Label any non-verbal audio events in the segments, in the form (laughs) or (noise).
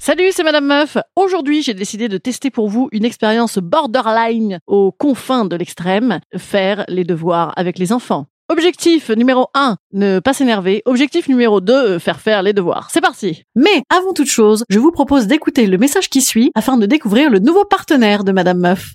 Salut, c'est Madame Meuf. Aujourd'hui, j'ai décidé de tester pour vous une expérience borderline aux confins de l'extrême, faire les devoirs avec les enfants. Objectif numéro 1, ne pas s'énerver. Objectif numéro 2, faire faire les devoirs. C'est parti Mais avant toute chose, je vous propose d'écouter le message qui suit afin de découvrir le nouveau partenaire de Madame Meuf.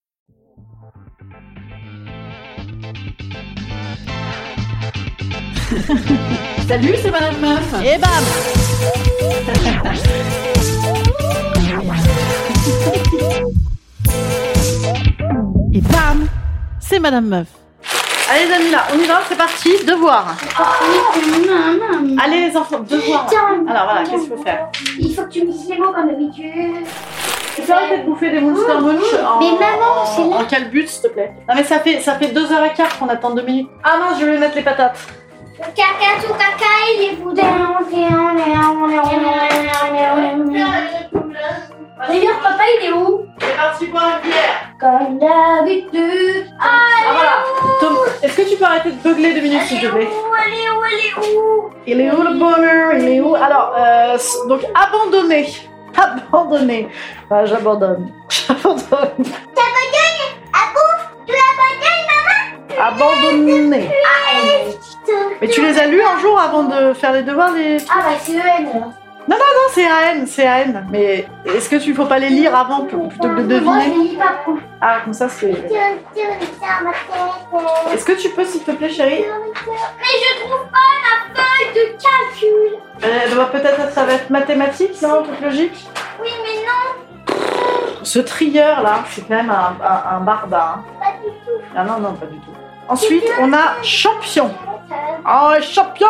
Salut, c'est Madame Meuf Et bam Et bam C'est Madame Meuf Allez les amis, là, on y va, c'est parti, devoir Maman, Allez les enfants, devoir Tiens. Alors voilà, qu'est-ce qu'il faut faire il faut que tu me dises les mots comme d'habitude. Tu peux arrêter de bouffer des Monster Munch en, Mais maman, c'est en, là. en quel but, s'il te plaît Non mais ça fait, ça fait deux heures et quart qu'on attend deux minutes. Ah non, je vais mettre les patates. Le caca, tout caca et les boudins. D'ailleurs, papa, il est où C'est parti pour la bière Comme d'habitude. Ah, Ah voilà Tom, est-ce que tu peux arrêter de beugler deux minutes, s'il elle est te où plaît Elle est où Elle est où Il est où le bonheur Il est où Alors, euh, s- donc abandonner. Abandonner. Bah, j'abandonne. (laughs) J'abandonne. Abandonner. Ah, Mais tu les as lus un jour avant de faire les devoirs les... Non, Ah, bah, c'est EN alors. c'est AN, c'est AN. Mais est-ce que tu faut pas les lire avant pl- plutôt que de Moi, deviner je lis pas beaucoup. Ah, comme ça c'est... Tiens, tiens, tiens, ma tête. Est-ce que tu peux, s'il te plaît, Mais chérie je trouve pas la feuille de calcul. Euh, Elle doit peut-être être avec mathématiques, non, toute logique Oui, mais non, Ce trieur, là, c'est quand même un, un, un barbare. hein. pas du tout. Ah non, non, pas du tout. Ensuite, on a champion. Oh, champion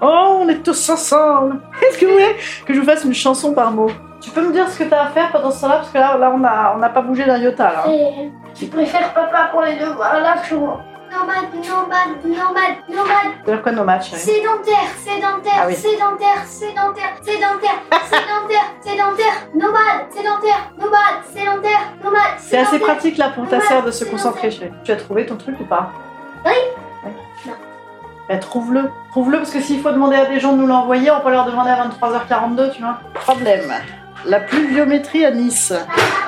Oh, on est tous ensemble Est-ce que vous voulez que je vous fasse une chanson par mot Tu peux me dire ce que t'as à faire pendant ce temps-là Parce que là, là on a- on n'a pas bougé d'un iota, là. Et tu préfères papa pour les devoirs là, je vois. Nomade, nomade, nomade, nomade. C'est-à-dire quoi nos matchs hein bah, Sédentaire, sédentaire, Ah oui. sédentaire, sédentaire, (laughs) sédentaire, sédentaire, sédentaire, nomade, sédentaire, nomade, sédentaire, nomade. C'est assez sédentaire. pratique, là, pour ta sœur de se concentrer, chérie. Tu as trouvé ton truc ou pas Oui. Oui. Non. Ben, trouve-le. Trouve-le, parce que s'il faut demander à des gens de nous l'envoyer, on peut leur demander à 23h42, tu vois. Problème. La pluviométrie à Nice.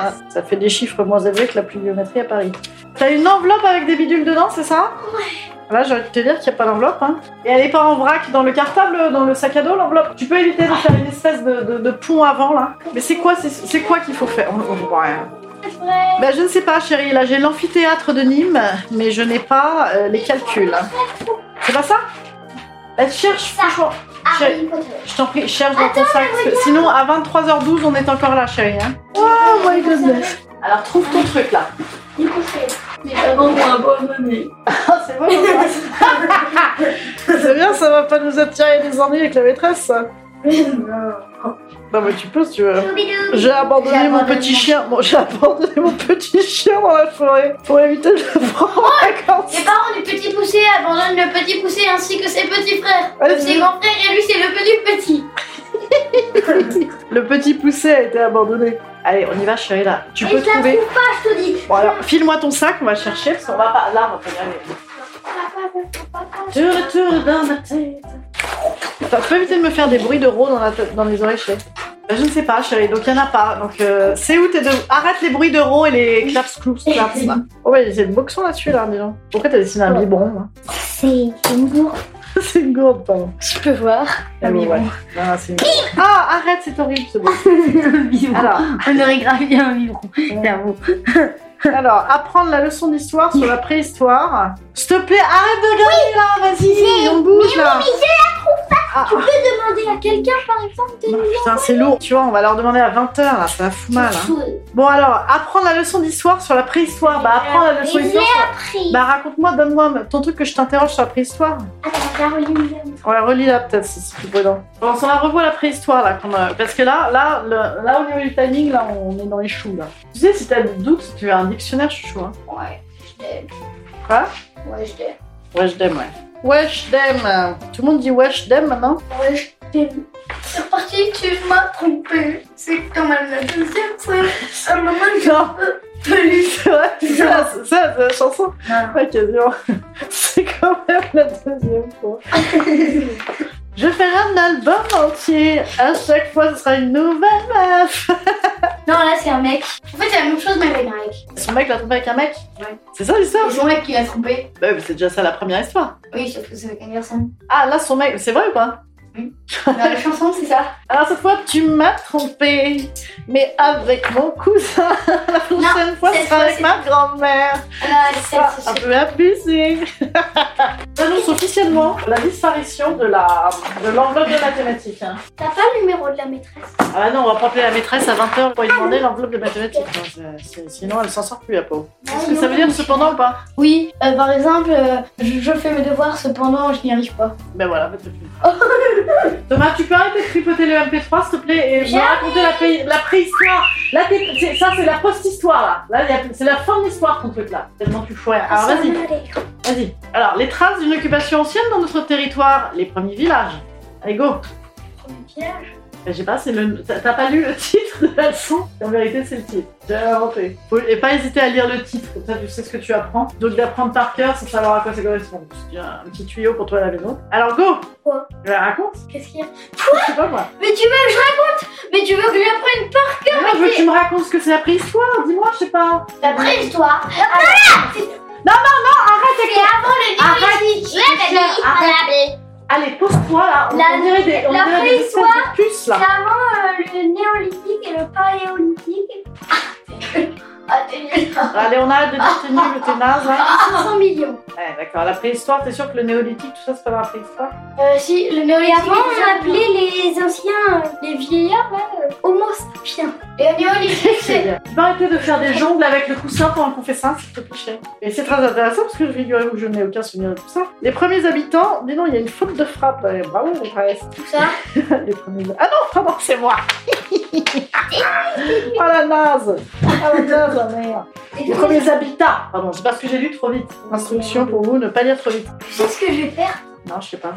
Ah, ça fait des chiffres moins élevés que la pluviométrie à Paris. T'as une enveloppe avec des bidules dedans, c'est ça Là, j'ai envie de te dire qu'il n'y a pas d'enveloppe. Hein. Et elle n'est pas en vrac dans le cartable, dans le sac à dos, l'enveloppe. Tu peux éviter de faire une espèce de, de- de pont avant, là. Mais c'est quoi, c'est- c'est quoi qu'il faut faire On- on voit rien. Vrai. Bah, je ne sais pas, chérie. Là, j'ai l'amphithéâtre de Nîmes, mais je n'ai pas euh, les calculs. C'est pas ça Bah, cherche, Ça. franchement. Harry Potter. Je t'en prie, cherche dans ton sac. parce que Sinon, à 23h12, on est encore là, chérie. hein. Oh my goodness. Alors, trouve ton truc, là. Du coup, c'est. Les parents ont abandonné. Ah, c'est bon, (laughs) C'est bien, ça va pas nous attirer des ennuis avec la maîtresse, ça. Non, mais tu peux si tu veux. Choubidou. J'ai abandonné, J'ai mon abandonné petit mon- chien. Bon, j'ai abandonné mon petit chien dans la forêt pour éviter de le prendre Oh, en vacances. Les parents du petit poussé abandonnent le petit poussé ainsi que ses petits frères. Vas-y. Ses grands frères et lui, c'est le petit petit. Le petit poussé a été abandonné. Allez, on y va, chérie, là. Tu Et peux je la trouver. trouve pas, Ah, je te dis. Bon, alors, file-moi ton sac, on va chercher, parce qu'on va pas. Là, on va pas y aller. Je retourne dans ma tête. Attends, tu peux éviter de me faire des bruits de rot dans, la tête- dans les oreilles, chérie Bah, Je ne sais pas, chérie, donc il n'y en a pas. Donc, euh, c'est où tes deux. Arrête les bruits de rot et les claps, cloups, claps. (laughs) là. Oh, ouais, c'est une boxon là-dessus, là, dis donc. Pourquoi t'as dessiné un biberon, là C'est une bourre. (laughs) C'est une gourde, pardon. Je peux voir. Ah, oui, bon. c'est une gourde. Ah, arrête, c'est horrible ce bruit. (laughs) Le biberon. Alors, On aurait grave bien un biberon. J'avoue. alors, apprendre la leçon d'histoire sur la préhistoire. S'il te plaît, arrête de gagner, là, vas-y, on bouge, là. Mais, je la trouve pas. ah, ah. Demander à quelqu'un, par exemple, de Non, nous Putain, c'est lourd. Tu vois, on va leur demander à 20h, là. Ça fout mal. hein. Chose. Bon, alors, apprendre la leçon d'histoire sur la préhistoire. Bah, apprendre la leçon Mais d'histoire. sur- Après. Bah, raconte-moi, donne-moi ton truc que je t'interroge sur la préhistoire. Attends, je la relis bien. On la relit là, peut-être, si c'est plus prudent. Bon, on la revoit la préhistoire, là. qu'on a- Parce que là, là, le- là, au niveau du timing, là, on est dans les choux, là. Tu sais, si t'as des doutes, tu as un dictionnaire chouchou, hein. Ouais, je l'aime. Quoi Ouais, je l'aime. Wesh dem, ouais. Wesh dem Tout le monde dit wesh dem maintenant Ouais, je l'aime. C'est reparti, tu m'as trompé. C'est quand même la deuxième fois. Un moment, je (laughs) Non te C'est vrai, c'est ça, c'est ça, c'est la chanson Non. Ouais, quasiment. (laughs) C'est quand même la deuxième fois. Je ferai un album entier. À chaque fois, ce sera une nouvelle meuf. Non, là, c'est un mec. En fait, c'est la même chose, mais avec un mec. Son mec l'a trompé avec un mec Ouais. C'est ça l'histoire C'est son mec qui l'a trompé. Bah, mais c'est déjà ça la première histoire. Oui, sauf que c'est avec un garçon. Ah, là, son mec, c'est vrai ou pas Dans la chanson, c'est ça. Alors, cette fois, tu m'as trompé, mais avec mon cousin. (laughs) La prochaine fois, ce cette sera fois, avec c'est- ma grand-mère. Ah, c'est Ça, ça, c'est un ça. peu (laughs) abusé. J'annonce officiellement la disparition de la de l'enveloppe de mathématiques. hein. T'as pas le numéro de la maîtresse Ah bah non, on va pas appeler la maîtresse à 20h pour lui demander l'enveloppe de mathématiques. hein. C'est- c'est- Sinon, elle s'en sort plus, la pauvre. Est-ce que ça veut dire cependant ou pas Oui, euh, par exemple, euh, je, je fais mes devoirs, cependant je n'y arrive pas. Ben voilà, peut-être plus. (laughs) Thomas, tu peux arrêter de tripoter le MP3, s'il te plaît, et me J'arrive. raconter la, pré- la préhistoire. Là, t'es- c'est- ça, c'est la post-histoire, là. Là, y a- c'est la fin de l'histoire, ton truc, là. Tellement tu fouilles. Alors, Ah, vas-y. Vas-y. Alors, les traces d'une occupation ancienne dans notre territoire, les premiers villages. Allez, go Ben, Je sais pas, c'est le... t'as t'as pas lu le (laughs) titre de la leçon En vérité, c'est le titre. J'ai inventé. Faut- Et pas hésiter à lire le titre, comme ça tu sais ce que tu apprends. Donc d'apprendre par cœur sans savoir à quoi ça correspond. C'est un petit tuyau pour toi à la maison. Alors go Quoi Je la raconte Qu'est-ce qu'il y a Je sais pas moi. Mais tu veux que je raconte Mais tu veux que j'apprenne Non, je veux que tu me racontes ce que c'est la préhistoire, dis-moi, je sais pas. La préhistoire. Ah, C'est avant le Arrête, néolithique. Michel, arrête. Allez, pose-toi là, on, La- on dirait des, on la dirait des espèces préhistoire, de puces C'est là. avant euh, le néolithique et le paléolithique. Ah, (laughs) t'es nul. Ah, t'es nul. Allez, (laughs) on arrête de dire t'es nul ou t'es naze. hein. 500 millions. Ouais, Eh, d'accord, la préhistoire, t'es sûr que le néolithique, tout ça, c'est pas dans la préhistoire Euh, si, le Et néolithique. avant, on appelait les anciens, euh, les vieillards, là, euh, homo sapiens. Et le néolithique, (laughs) (laughs) C'est c'est... bien. Tu peux arrêter de faire des jongles avec le coussin pendant qu'on fait ça, s'il te plaît, chérie. Et c'est très intéressant parce que figurez-vous que je n'ai aucun souvenir de tout ça. Les premiers habitants, dis non, il y a une faute de frappe. Ouais, bravo, les Brest. Tout ça. (laughs) Les premiers. Ah non, pardon, c'est moi. (laughs) oh la naze. Ah la naze, la merde. Et Les donc, premiers habitats. Pardon, c'est parce que j'ai lu trop vite. Instruction pour vous, ne pas lire trop vite. tu sais ce que je vais faire Non, je sais pas.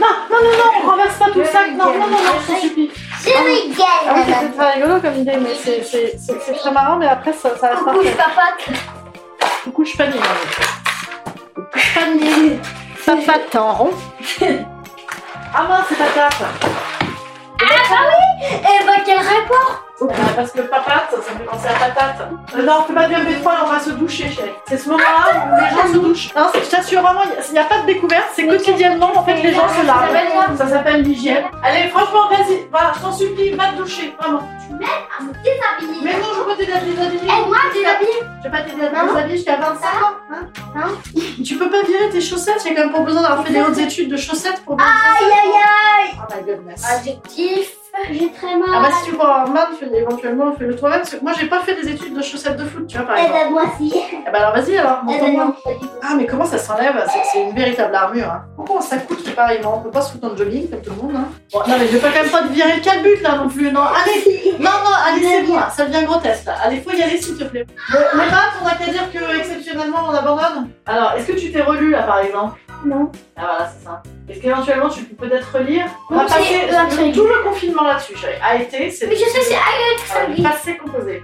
Non, non, non, non, on renverse pas tout le sac. Non, non, non, non, ça suffit. Je Ah oui, rigole. c'était très rigolo comme idée, mais c'est- c'est c'est- c'est très marrant, mais après, ça, ça reste Coucou, parfait. je papa. Coucou, je hein. panier. Coucou, je panier. Papa, t'es en rond. hein. (laughs) ah mince, c'est patate. Eh ben, quel rapport Euh, parce que patate, ça me fait penser à patate. Euh, non, on fait pas du MP3, là, on va se doucher, chérie. C'est ce moment-là où les gens se douchent. Non, c'est- je t'assure vraiment, il n'y a pas de découverte, c'est quotidiennement, en fait, les gens se Ça s'appelle lavent. quoi Ça s'appelle l'hygiène. Allez, franchement, vas-y, voilà, je t'en supplie, va te doucher, vraiment. Ah, me déshabiller. Mais non, je veux pas t'aider à te déshabiller. Eh, moi, déshabiller Je vais pas t'aider à te Maman déshabiller jusqu'à 25 ans. Hein Hein (laughs) tu peux pas virer tes chaussettes, j'ai quand même pas besoin d'avoir fait des hautes études de chaussettes pour virer tes Aïe, chaussettes. aïe, aïe. Oh my goodness. Adjectif. J'ai très mal. Ah bah si tu vois un man, fais- éventuellement fais-le toi-même. parce que Moi j'ai pas fait des études de chaussettes de foot, tu vois par Eh exemple. ben, moi, si. Ah bah alors vas-y alors, Eh ben, non, montre-moi. pas du tout. Ah mais comment ça s'enlève C'est- C'est une véritable armure. Hein. Pourquoi ça coûte c'est pareil, on peut pas se foutre en jogging comme tout le monde. Hein. Bon, non mais je vais pas quand même pas te virer le calbut là non plus, non. Allez, non non, allez c'est bon, là, ça devient grotesque là. Allez faut y aller s'il te plaît. Bon, mais pas, on a qu'à dire que exceptionnellement on abandonne. Alors est-ce que tu t'es relu là par exemple Non. Ah voilà, c'est ça. Est-ce qu'éventuellement tu peux peut-être relire On Non, va c'est passer l'intrigue. tout le confinement là-dessus, chérie. A été, c'est Mais je sais, c'est Alex. euh, passé composé.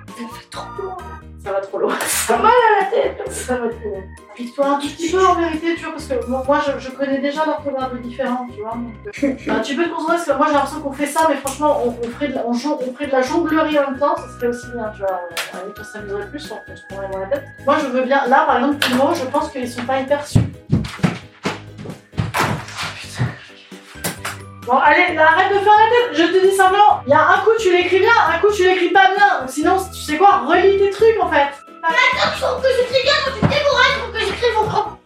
Ça va trop loin. (laughs) Ça va la tête. Ça va trop loin. Appuie-toi un tout petit peu en vérité, tu vois, parce que bon, moi je, je connais déjà l'orthographe de différent, tu vois. donc, euh, (laughs) bah, tu peux te concentrer parce que moi j'ai l'impression qu'on fait ça, mais franchement on, on ferait de la, on, jong- on ferait de la jonglerie en même temps, ça serait aussi bien, tu vois. euh, On, on s'amuserait plus, on, on se prendrait moins la tête. Moi je veux bien, là par exemple, les mots, je pense qu'ils sont pas hyper sûrs. Bon, allez, là, arrête de faire la tête. Je te dis simplement, il y a un coup tu l'écris bien, un coup tu l'écris pas bien. Ou Sinon, tu sais quoi, relis tes trucs en fait. Je trouve que j'écris bien quand tu me décourages pour que j'écrive encore.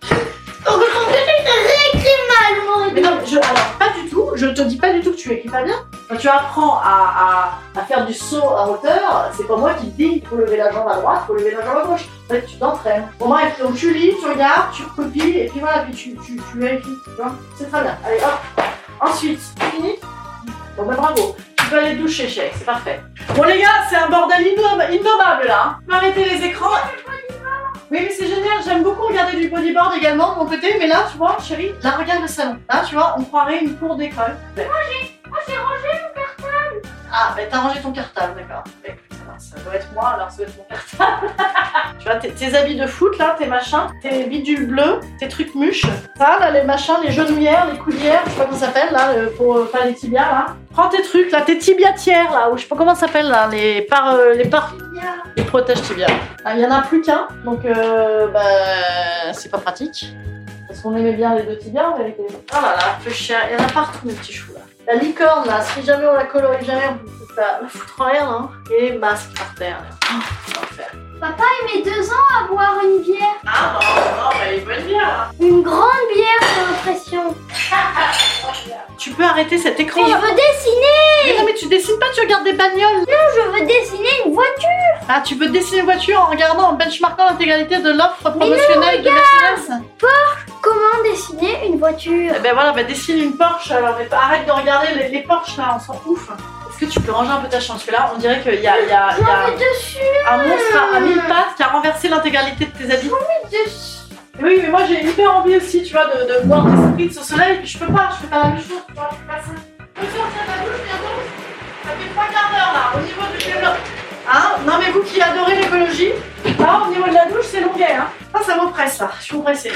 Pour que je trouve que tu réécris mal, mon Mais non, mais je, alors, te dis pas du tout que tu écris pas bien. Quand tu apprends à, à- à faire du saut à hauteur, c'est pas moi qui te dis qu'il faut lever la jambe à droite, il faut lever la jambe à gauche. En fait, tu t'entraînes. Bon, bref, donc tu lis, tu regardes, tu copies, et puis voilà, puis tu, tu, tu vérifies, tu vois. C'est très bien. Allez, hop. Ensuite, c'est fini Bon, ben bravo. Tu peux aller te doucher, chérie, c'est parfait. Bon, les gars, c'est un bordel innom- innommable là. hein. Arrêtez les écrans. Oui, mais c'est génial, j'aime beaucoup regarder du bodyboard également de mon côté, mais là, tu vois, chérie, là, regarde le salon. Là, tu vois, on croirait une cour d'école. Rangé Oh, j'ai rangé mon cartable Ah, ben t'as rangé ton cartable, d'accord. Ben, écoute, ça va, Ça doit être moi, alors ça doit être mon cartable. (laughs) tu vois, tes, tes habits de foot, là, tes machins, tes bidules bleus, tes trucs mûches. Ça, là, les machins, les genouillères, les coulières, je sais pas comment ça s'appelle, là, le- pour euh, faire les tibias, là. Prends tes trucs, là, tes tibiatières, là, ou je sais pas comment ça s'appelle, là, les par... euh, les par... Les protèges tibias. Ah, Il y en a plus qu'un, donc euh, bah, c'est pas pratique. Parce qu'on aimait bien les deux tibias, mais avec les... Oh là là, peu cher, il y en a partout mes petits choux là. La licorne là, si jamais on la colorie jamais, on peut la, la foutre en l'air, hein. Et masque par terre, là. Oh, l'enfer. mes deux ans à boire une bière. Ah non, non, mais il bonne bière Une grande bière, j'ai l'impression. Tu peux arrêter cet écran Mais je là veux dessiner, Mais non, mais tu dessines pas, tu regardes des bagnoles je veux dessiner une voiture. Ah, tu peux dessiner une voiture en regardant, en benchmarkant l'intégralité de l'offre promotionnelle de Mercedes Comment dessiner une voiture Eh ben voilà, ben dessine une Porsche alors, mais arrête de regarder les, les Porsche là, on s'en ouf. Est-ce que tu peux ranger un peu ta chambre Parce que là, on dirait qu'il y a, il y a- il y a J'en veux dessus, un monstre à- à mille pattes qui a renversé l'intégralité de tes habits. dessus. Oui, mais moi j'ai hyper envie aussi, tu vois, de, de voir des sprints au soleil, et puis je peux pas, je fais pas la même chose, tu vois, je fais pas ça. Je vais sortir de la douche bientôt, ça fait trois quarts d'heure là, au niveau du développement. Hein non mais vous qui adorez l'écologie, là au niveau de la douche c'est longuet, hein. Ça, ça m'oppresse là, je suis oppressée.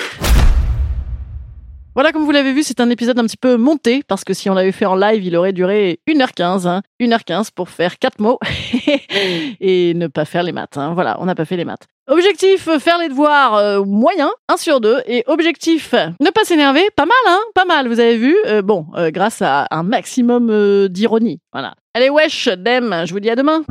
Voilà, comme vous l'avez vu, c'est un épisode un petit peu monté, parce que si on l'avait fait en live, il aurait duré 1h15. hein. 1h15 pour faire 4 mots (laughs) et ne pas faire les maths. hein. Voilà, on n'a pas fait les maths. Objectif, euh, faire les devoirs euh, moyen, 1 sur 2. Et objectif, euh, ne pas s'énerver, pas mal, hein Pas mal, vous avez vu. Euh, bon, euh, grâce à un maximum euh, d'ironie. Voilà. Allez, wesh, dem, je vous dis à demain.